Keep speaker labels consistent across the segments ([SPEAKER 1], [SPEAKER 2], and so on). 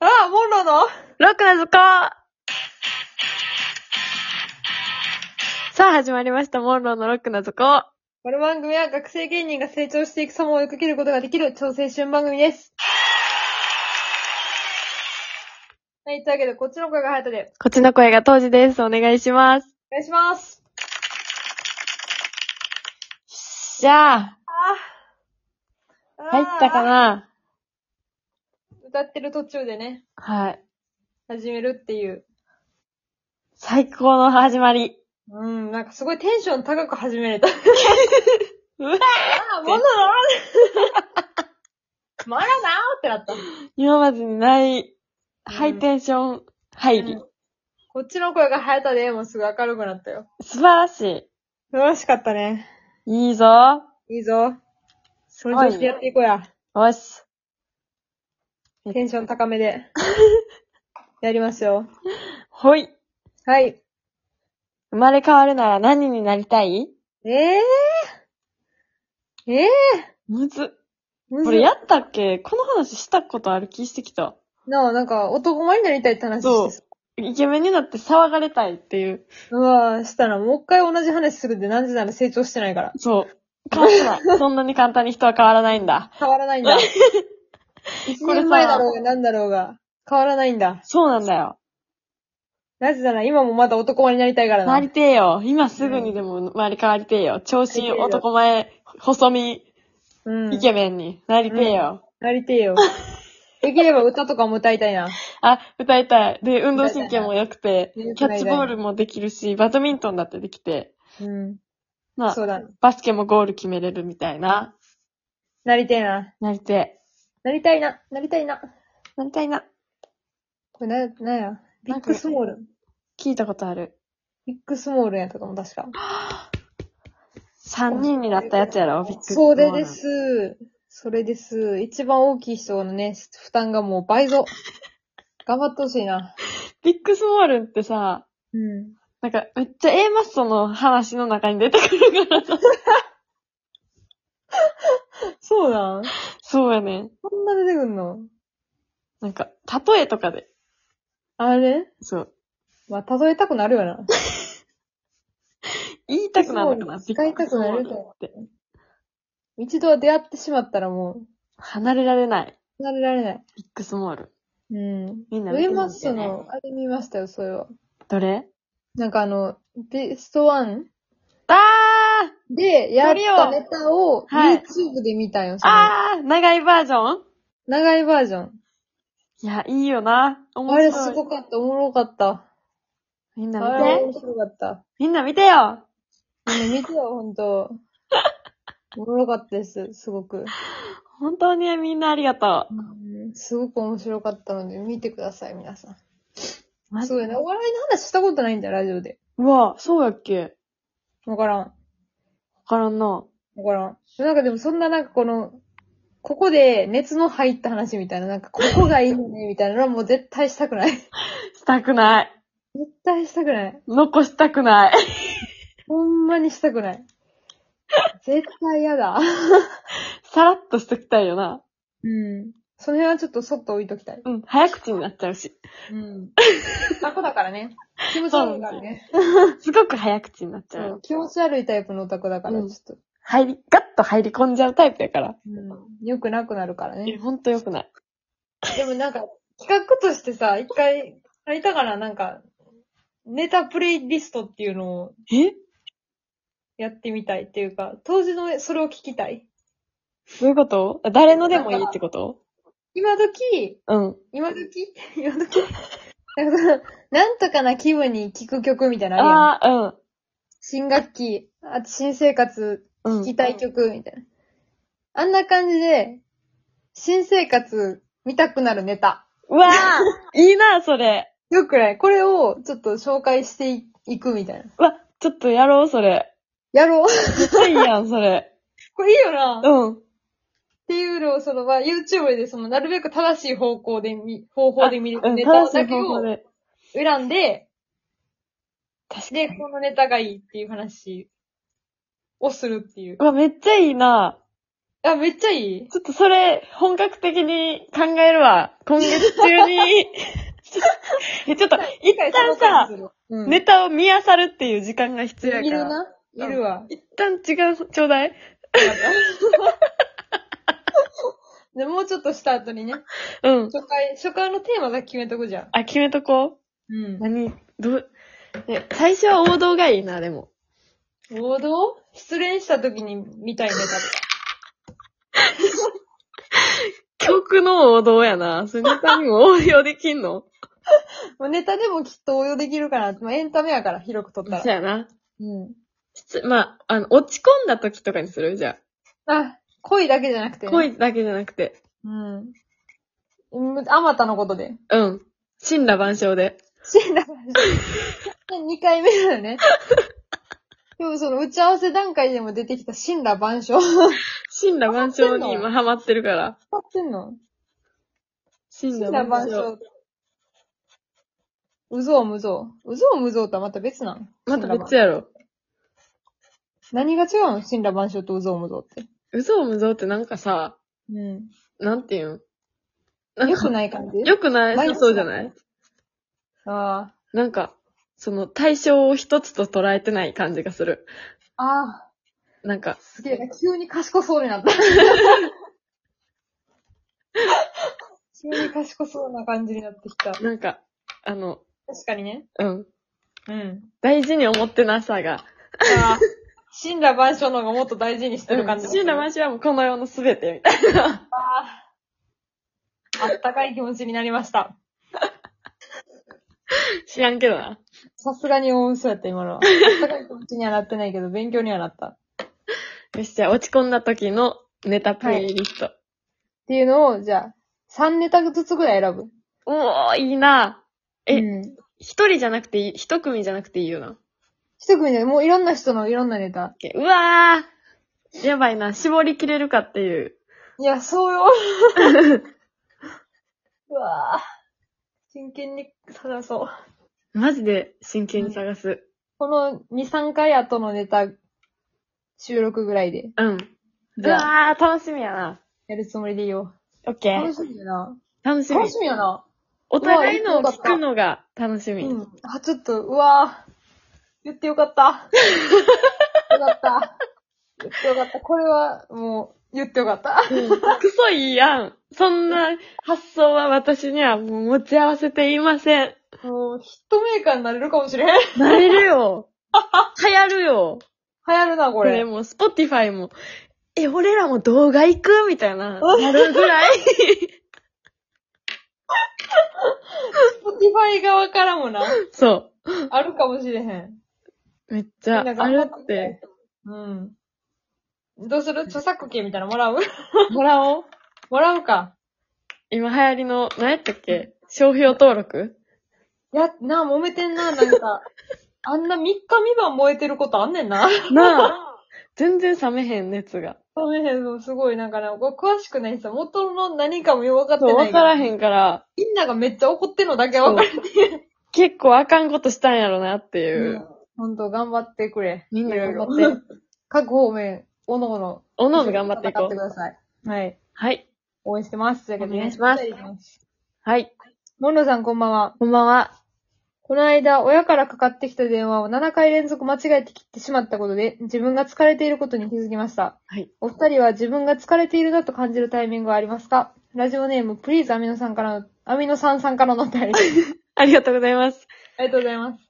[SPEAKER 1] あ、モンローの
[SPEAKER 2] ロックな図工さあ、始まりました。モンローのロックな図工。は
[SPEAKER 1] この番組は学生芸人が成長していく様を追いかけることができる挑戦春番組です。はい、というわけで、こっちの声がハヤトで、
[SPEAKER 2] こっちの声が当時です。お願いします。
[SPEAKER 1] お願いします。
[SPEAKER 2] じゃあ、
[SPEAKER 1] あー
[SPEAKER 2] 入ったかな
[SPEAKER 1] 歌ってる途中でね、
[SPEAKER 2] はい。
[SPEAKER 1] 始めるっていう。
[SPEAKER 2] 最高の始まり。
[SPEAKER 1] うん、なんかすごいテンション高く始め れた。
[SPEAKER 2] うわ
[SPEAKER 1] あ、 モンローのモンローなーってなった。
[SPEAKER 2] 今までにない、ハイテンション入り。
[SPEAKER 1] うんこっちの声がハヤトで、もうすぐ明るくなったよ。
[SPEAKER 2] 素晴らし
[SPEAKER 1] 素晴らしかったね。
[SPEAKER 2] い。いいぞ。
[SPEAKER 1] いいぞ。その調子でやっていこうや。
[SPEAKER 2] よし。
[SPEAKER 1] テンション高め で。やりますよ。
[SPEAKER 2] ほい。
[SPEAKER 1] はい。
[SPEAKER 2] 生まれ変わるなら何になりたい
[SPEAKER 1] ええー、ええ
[SPEAKER 2] むず。
[SPEAKER 1] ー、
[SPEAKER 2] これやったっけこの話したことある気してきた。
[SPEAKER 1] なあ、なんか男前になりたいって話
[SPEAKER 2] そう
[SPEAKER 1] して。
[SPEAKER 2] イケメンになって騒がれたいっていう。
[SPEAKER 1] うわぁ、したらもう一回同じ話するって何時なら成長してないから。
[SPEAKER 2] そう。変わってない。そんなに簡単に人は変わらないんだ。
[SPEAKER 1] 変わらない んだ。一
[SPEAKER 2] こ
[SPEAKER 1] 年
[SPEAKER 2] れさ
[SPEAKER 1] 前だろうが何だろうが。変わらないんだ。
[SPEAKER 2] そうなんだよ。
[SPEAKER 1] なぜなら今もまだ男前になりたいからな。
[SPEAKER 2] なりてえよ。今すぐにでも生まれ変わりてえよ。調子いい男前、細身、
[SPEAKER 1] うん。
[SPEAKER 2] イケメンになりてえよ。
[SPEAKER 1] なりて えよ。できれば歌とかも歌いたいな。
[SPEAKER 2] あ、歌いたい。で、運動神経も良くて
[SPEAKER 1] 歌いたいな、
[SPEAKER 2] キャッチボールもできるし、バドミントンだってできて、
[SPEAKER 1] うん。
[SPEAKER 2] まあ
[SPEAKER 1] そうだ。
[SPEAKER 2] バスケもゴール決めれるみたいな。
[SPEAKER 1] なりてえな。
[SPEAKER 2] なりてえ。
[SPEAKER 1] なりたいな。なりたいな。
[SPEAKER 2] なりたいな。
[SPEAKER 1] これな、なんや。ビッグスモール。
[SPEAKER 2] 聞いたことある。
[SPEAKER 1] ビッグスモールやったかも、確か。
[SPEAKER 2] 三人になったやつやろ、ビッグ
[SPEAKER 1] それで。す。それです。一番大きい人のね、負担がもう倍増。 頑張ってほしいな。
[SPEAKER 2] ビッグスモールってさ、
[SPEAKER 1] うん。
[SPEAKER 2] なんか、めっちゃ A マッソの話の中に出てくるからさ。
[SPEAKER 1] そうなん
[SPEAKER 2] そうやねん。
[SPEAKER 1] こんな出てくんの
[SPEAKER 2] なんか、例えとかで。
[SPEAKER 1] あれ
[SPEAKER 2] そう。
[SPEAKER 1] まあ、例えたくなるよな。
[SPEAKER 2] 言いたくなるのかな、
[SPEAKER 1] 使いたくなる
[SPEAKER 2] ビッグスモールって。
[SPEAKER 1] 一度は出会ってしまったらもう、
[SPEAKER 2] 離れられない。
[SPEAKER 1] 離れられない。
[SPEAKER 2] ビッグスモール。
[SPEAKER 1] うん。
[SPEAKER 2] みんな
[SPEAKER 1] ウ
[SPEAKER 2] 見て
[SPEAKER 1] ェ
[SPEAKER 2] み
[SPEAKER 1] マッ
[SPEAKER 2] て
[SPEAKER 1] ソ
[SPEAKER 2] ね
[SPEAKER 1] の、あれ見ましたよ、それは。
[SPEAKER 2] どれ
[SPEAKER 1] なんかあの、ベストワン
[SPEAKER 2] あー
[SPEAKER 1] で、やったネタを
[SPEAKER 2] それをはい
[SPEAKER 1] YouTube で見たよ、その
[SPEAKER 2] あー長いバージョン
[SPEAKER 1] 長いバージョン。
[SPEAKER 2] いや、いいよな。
[SPEAKER 1] あ
[SPEAKER 2] 面
[SPEAKER 1] れ
[SPEAKER 2] 白
[SPEAKER 1] す
[SPEAKER 2] い。
[SPEAKER 1] ごかった、おもろかった。
[SPEAKER 2] みん
[SPEAKER 1] あ
[SPEAKER 2] な見
[SPEAKER 1] れ
[SPEAKER 2] て。
[SPEAKER 1] 面白かった。
[SPEAKER 2] みんな見てよ
[SPEAKER 1] みんな見てよ、ほんと。 おもろかったです、すごく。
[SPEAKER 2] 本当にみんなありがとう。
[SPEAKER 1] すごく面白かったので、見てください、皆さ
[SPEAKER 2] マ
[SPEAKER 1] ん。
[SPEAKER 2] ジ
[SPEAKER 1] すごいね。お笑いの話したことないんだよ、ラジオで。
[SPEAKER 2] うわ、そうやっけ
[SPEAKER 1] わからん。
[SPEAKER 2] わからんな。
[SPEAKER 1] わからん。なんかでもそんななんかこの、ここで熱の入った話みたいな、なんかここがいいよね、みたいなのはもう絶対したくない。絶
[SPEAKER 2] したくない。
[SPEAKER 1] 対したくない。
[SPEAKER 2] 残したくない。
[SPEAKER 1] ほんまにしたくない。絶対嫌だ。
[SPEAKER 2] さらっとしときたいよな。
[SPEAKER 1] うん。その辺はちょっとそっと置いときたい。
[SPEAKER 2] うん、早口になっちゃうし。
[SPEAKER 1] うん。タコだからね。気持ち悪いからね。
[SPEAKER 2] すごく早口になっちゃ。
[SPEAKER 1] そうう気持ち悪いタイプのオタクだから、
[SPEAKER 2] うん
[SPEAKER 1] ちょっと、
[SPEAKER 2] 入り、ガッと入り込んじゃうタイプやから。
[SPEAKER 1] うん。よくなくなるから
[SPEAKER 2] え、
[SPEAKER 1] ね。
[SPEAKER 2] ほんと良くない。
[SPEAKER 1] でもなんか、企画としてさ、一回、あれだからなんか、ネタプレイリストっていうのを
[SPEAKER 2] え
[SPEAKER 1] やってみたいっていうか、当時のそれを聞きたい。
[SPEAKER 2] どういうこと誰のでもいいってこと
[SPEAKER 1] 今時、
[SPEAKER 2] うん。
[SPEAKER 1] 今時 今時なんかそのなんとかな気分に聴く曲みたいなのあるやん。
[SPEAKER 2] ああ、
[SPEAKER 1] 新学期、あと新生活、
[SPEAKER 2] うん。
[SPEAKER 1] 聴きたい。曲みたいな。あんな感じで、新生活見たくなるネタ。
[SPEAKER 2] うわぁいいなそれ。
[SPEAKER 1] よくないこれをちょっと紹介していいくみたいな。
[SPEAKER 2] うわ、ちょっとやろう、それ。
[SPEAKER 1] やろう
[SPEAKER 2] めっちゃいいやん、それ。
[SPEAKER 1] これいいよなっ
[SPEAKER 2] うん。
[SPEAKER 1] ていうのを、その、まあ、YouTube で、その、なるべく正しい方向で見、方法で見れ
[SPEAKER 2] う
[SPEAKER 1] る
[SPEAKER 2] ん、
[SPEAKER 1] ネタ
[SPEAKER 2] 正し
[SPEAKER 1] だ
[SPEAKER 2] い
[SPEAKER 1] け
[SPEAKER 2] 方法
[SPEAKER 1] を
[SPEAKER 2] で。
[SPEAKER 1] 選んで、
[SPEAKER 2] 確かに。
[SPEAKER 1] で、このネタがいいっていう話をするっていう。
[SPEAKER 2] うわ、めっちゃいいな
[SPEAKER 1] あ、めっちゃいい
[SPEAKER 2] ちょっとそれ、本格的に考えるわ。今月中 に。えちょっと、一旦さ、
[SPEAKER 1] うん、
[SPEAKER 2] ネタを見漁るっていう時間が必要やか
[SPEAKER 1] いる
[SPEAKER 2] ら。
[SPEAKER 1] な。いるわ。
[SPEAKER 2] 一旦時間ちょうだい。
[SPEAKER 1] で、もうちょっとした後にね、
[SPEAKER 2] うん。
[SPEAKER 1] 初回、初回のテーマだけ決めとくじゃん。
[SPEAKER 2] あ、決めとこ
[SPEAKER 1] うん
[SPEAKER 2] う。何どう、ね、最初は王道がいいな、でも。
[SPEAKER 1] 王道失恋した時に見たいネタとか。
[SPEAKER 2] 曲の王道やな。それネタにも応用できんの
[SPEAKER 1] まあネタでもきっと応用できるかな。まあ、エンタメやから、広く取った
[SPEAKER 2] そう
[SPEAKER 1] ら。
[SPEAKER 2] やな。
[SPEAKER 1] うん。
[SPEAKER 2] 失まあ、あの、落ち込んだ時とかにするじゃ
[SPEAKER 1] あ、恋だけじゃなくて、
[SPEAKER 2] あ。
[SPEAKER 1] ね。。
[SPEAKER 2] 恋だけじゃなくて。
[SPEAKER 1] うん。うんあまたのことで。
[SPEAKER 2] うん。死んだ万象で。
[SPEAKER 1] 死んだから二回目だ よね。でもその打ち合わせ段階でも出てきた死んだ万象。使
[SPEAKER 2] 死んだ万象に今ハマってるから。
[SPEAKER 1] ってんの
[SPEAKER 2] 死ん
[SPEAKER 1] 死
[SPEAKER 2] だ
[SPEAKER 1] んだ
[SPEAKER 2] 万
[SPEAKER 1] 万
[SPEAKER 2] 象。
[SPEAKER 1] 象。うぞうむぞう。うぞうむぞうとはまた別なの
[SPEAKER 2] また別
[SPEAKER 1] や。
[SPEAKER 2] やろ。
[SPEAKER 1] 何が違うの死んだ万象とうぞうむぞうって。
[SPEAKER 2] 嘘を無造ってなんかさ、
[SPEAKER 1] う
[SPEAKER 2] なんていうん
[SPEAKER 1] ん。よく
[SPEAKER 2] い。
[SPEAKER 1] ない感じ
[SPEAKER 2] よくない
[SPEAKER 1] マイナス
[SPEAKER 2] そうじゃない
[SPEAKER 1] あ
[SPEAKER 2] なんか、その対象を一つと捉えてない感じがする。
[SPEAKER 1] あ。ああ。
[SPEAKER 2] なんか、
[SPEAKER 1] すげえな。急に賢そうになった。急に賢そうな感じになってきた。
[SPEAKER 2] なんか、あの、
[SPEAKER 1] 確かにね。
[SPEAKER 2] うん。
[SPEAKER 1] うん。
[SPEAKER 2] 大事に思ってなさが。
[SPEAKER 1] ああ、死んだ万象の方がもっと大事にしてる感じ、
[SPEAKER 2] 死んだ万象はもうこの世のすべてみたい
[SPEAKER 1] あったかい気持ちになりました。
[SPEAKER 2] な。知らんけどな。
[SPEAKER 1] さすがに大嘘やった、 今のは。あったかい気持ちにはなってないけど、勉強にはなった。っ
[SPEAKER 2] よし、じゃあ落ち込んだ時のネタプレイリスト。
[SPEAKER 1] ていうのを、じゃあ、3ネタずつぐらい選ぶ。
[SPEAKER 2] おー、いいなえ
[SPEAKER 1] うん
[SPEAKER 2] 一人じゃなくていい、一組じゃなくていいよな。
[SPEAKER 1] 一組で、もういろんな人のいろんなネタ。
[SPEAKER 2] OK うわーやばいな、絞りきれるかっていう。
[SPEAKER 1] いや、そう よ。うわぁ。真剣に探そう。
[SPEAKER 2] マジで真剣に探す。
[SPEAKER 1] この2、3回後のネタ、収録ぐらいで。
[SPEAKER 2] うん。う
[SPEAKER 1] じゃあ、
[SPEAKER 2] わー、楽しみやな。
[SPEAKER 1] やるつもりでいいよ。
[SPEAKER 2] オッケ
[SPEAKER 1] 楽
[SPEAKER 2] ー。
[SPEAKER 1] しみだな。
[SPEAKER 2] 楽しみ
[SPEAKER 1] 楽。しみやな。
[SPEAKER 2] お互いのを
[SPEAKER 1] うわ
[SPEAKER 2] 聞くのが楽しみ。
[SPEAKER 1] うん。あ、ちょっと、うわぁ。言ってよかった。よかった。言ってよかった。これは、もう、言ってよかった。
[SPEAKER 2] クソいいやん。そんな発想は私にはもう持ち合わせていません。
[SPEAKER 1] もう、ヒットメーカーになれるかもしれん。流
[SPEAKER 2] なれるよ。 流行るよ。
[SPEAKER 1] 行るな、こ
[SPEAKER 2] これ
[SPEAKER 1] れ。
[SPEAKER 2] もう Spotify も、え、俺らも動画行くみたいな、なるぐらい。
[SPEAKER 1] スポティファイ側からもな、
[SPEAKER 2] そ
[SPEAKER 1] あるかもしれへん。
[SPEAKER 2] う。めっちゃ
[SPEAKER 1] みんな
[SPEAKER 2] あ
[SPEAKER 1] 頑張
[SPEAKER 2] る
[SPEAKER 1] って
[SPEAKER 2] って。
[SPEAKER 1] うん。どうする著作権みた いなのもらう
[SPEAKER 2] もらおう。
[SPEAKER 1] もらうか。
[SPEAKER 2] 今流行りの、何やったっけ商標登録
[SPEAKER 1] いや、なあ、揉めてんな、なんか。 あんな3日未晩燃えてることあんねん な。
[SPEAKER 2] なあ。全然冷めへん熱が。
[SPEAKER 1] ダメへんの、すごい、なんかね、これ詳しくないさ、元の何かもよく分かって
[SPEAKER 2] そう、
[SPEAKER 1] な
[SPEAKER 2] わ
[SPEAKER 1] い
[SPEAKER 2] から
[SPEAKER 1] ん。
[SPEAKER 2] へんから、
[SPEAKER 1] みんながめっちゃ怒ってんのだけは分かる。
[SPEAKER 2] 結構あかんことしたんやろなっていう。
[SPEAKER 1] ほんと、頑張ってくれ。
[SPEAKER 2] みんな頑張って
[SPEAKER 1] 頑張って。 各方面、おのおの。
[SPEAKER 2] おのおの頑張っていこ
[SPEAKER 1] 頑
[SPEAKER 2] う。
[SPEAKER 1] 張ってください。はい。
[SPEAKER 2] はい。
[SPEAKER 1] 応援してます。というわけで
[SPEAKER 2] お願いします
[SPEAKER 1] お願いします。
[SPEAKER 2] はい。
[SPEAKER 1] モンローさん、こんばんは。
[SPEAKER 2] こんばんは。
[SPEAKER 1] この間、親からかかってきた電話を7回連続間違えて切ってしまったことで、自分が疲れていることに気づきました。
[SPEAKER 2] はい。
[SPEAKER 1] お二人は自分が疲れているなと感じるタイミングはありますかラジオネーム、プリーズアミノさんからの、アミノさんさんからのお便 りです。
[SPEAKER 2] ありがとうございます。
[SPEAKER 1] ありがとうございます。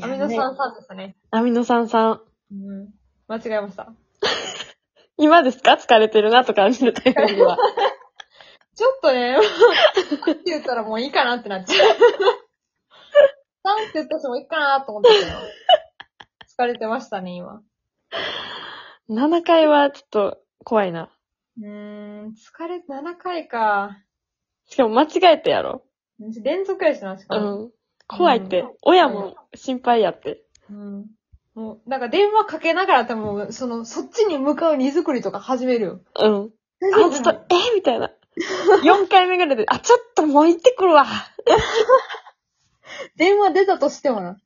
[SPEAKER 1] アミノ
[SPEAKER 2] いや
[SPEAKER 1] さ
[SPEAKER 2] ね。
[SPEAKER 1] んさんですね。
[SPEAKER 2] アミノ酸さん。
[SPEAKER 1] うん。間違えました。
[SPEAKER 2] 今ですか疲れてるなと感じるタイミン グは。
[SPEAKER 1] ちょっとね、って言ったらもういいかなってなっちゃう。さんって言ったしもういいかなと思ったけど。疲れてましたね、今。
[SPEAKER 2] 7回はちょっと怖いな。
[SPEAKER 1] うーん、疲れ、7回か。
[SPEAKER 2] しかも間違えてやろ。
[SPEAKER 1] 連続やしな、し
[SPEAKER 2] う
[SPEAKER 1] かも。
[SPEAKER 2] ん。怖いって。
[SPEAKER 1] うん
[SPEAKER 2] 親も心配やって。
[SPEAKER 1] うん。もう、なんか電話かけながらでも、その、そっちに向かう荷造りとか始めるよ。
[SPEAKER 2] うん。
[SPEAKER 1] 大
[SPEAKER 2] あ、ちょっと、えみたいな。4回目ぐらいで、あ、ちょっともう行ってくるわ。
[SPEAKER 1] 電話出たとしてもな。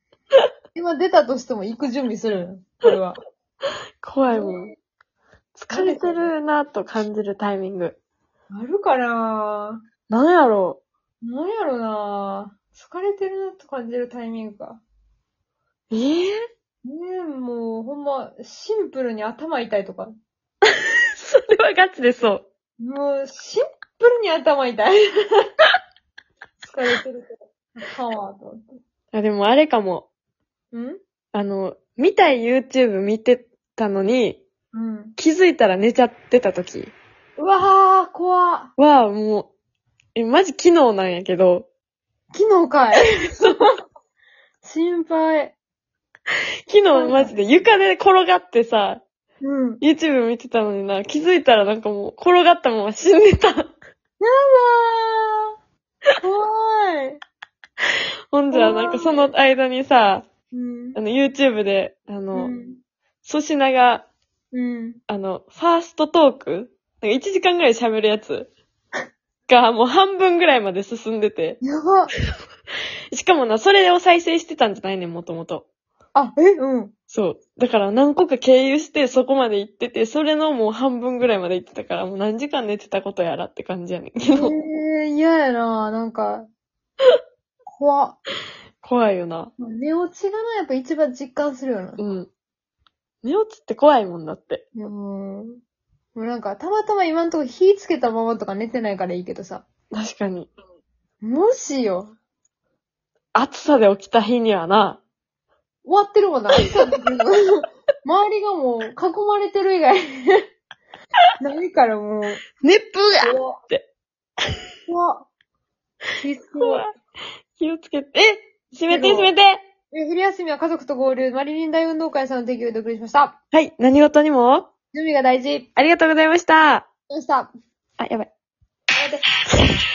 [SPEAKER 1] 電話出たとしても行く準備するよ。これは。
[SPEAKER 2] 怖いもん。疲れてるなと感じるタイミング。
[SPEAKER 1] あるかな
[SPEAKER 2] なんやろ
[SPEAKER 1] なんやろな疲れてるなと感じるタイミングか。
[SPEAKER 2] う。ええ
[SPEAKER 1] ねえ、もう、ほんま、シンプルに頭痛いとか。
[SPEAKER 2] それはガチでそう。
[SPEAKER 1] もう、シンプルに頭痛い。疲れてるけど。パワーと思って。
[SPEAKER 2] あ、でもあれかも。
[SPEAKER 1] うん
[SPEAKER 2] あの、見たい YouTube 見てたのに、
[SPEAKER 1] うん。
[SPEAKER 2] 気づいたら寝ちゃってた時
[SPEAKER 1] うわー、怖っ
[SPEAKER 2] は、もう、え、マジ昨日なんやけど、
[SPEAKER 1] 昨日かい。心配。
[SPEAKER 2] 昨日マジで床で転がってさ、
[SPEAKER 1] うん。
[SPEAKER 2] YouTube 見てたのにな、気づいたらなんかもう転がったまま死んでた。
[SPEAKER 1] やだー。怖い。
[SPEAKER 2] ほんじゃ、
[SPEAKER 1] 怖い
[SPEAKER 2] なんかその間にさ、
[SPEAKER 1] うん
[SPEAKER 2] あ。の YouTube で、あ
[SPEAKER 1] う
[SPEAKER 2] の、
[SPEAKER 1] ん。
[SPEAKER 2] 粗品が、
[SPEAKER 1] うん。
[SPEAKER 2] あの、ファーストトークなんか1時間ぐらい喋るやつがもう半分ぐらいまで進んでて。
[SPEAKER 1] やば。
[SPEAKER 2] しかもな、それを再生してたんじゃないねん、もともと。
[SPEAKER 1] あ、え、うん。
[SPEAKER 2] そう。だから何個か経由してそこまで行ってて、それのもう半分ぐらいまで行ってたから、もう何時間寝てたことやらって感じやねん けど。
[SPEAKER 1] えー、嫌やななんか。怖っ。
[SPEAKER 2] 怖いよな。
[SPEAKER 1] 寝落ちがな、やっぱ一番実感するよな。
[SPEAKER 2] うん。寝落ちって怖いもんだって。
[SPEAKER 1] いやもう、もうなんか、たまたま今んとこ火つけたままとか寝てないからいいけどさ。
[SPEAKER 2] 確かに。
[SPEAKER 1] もしよ、
[SPEAKER 2] 暑さで起きた日にはな、
[SPEAKER 1] 終わってるもんな。周りがもう囲まれてる以外、 ないからもう、
[SPEAKER 2] 熱風が
[SPEAKER 1] 怖っ。怖っ。気ぃつけよ
[SPEAKER 2] 怖
[SPEAKER 1] う
[SPEAKER 2] い。気をつけて、え閉めて閉めて
[SPEAKER 1] え昼休みは家族と合流、マリリン大運動会さんの提供でお送りしました。
[SPEAKER 2] はい、何事にも
[SPEAKER 1] 準備が大事。
[SPEAKER 2] ありがとうございました。
[SPEAKER 1] どうした
[SPEAKER 2] あ、やばい。
[SPEAKER 1] 待って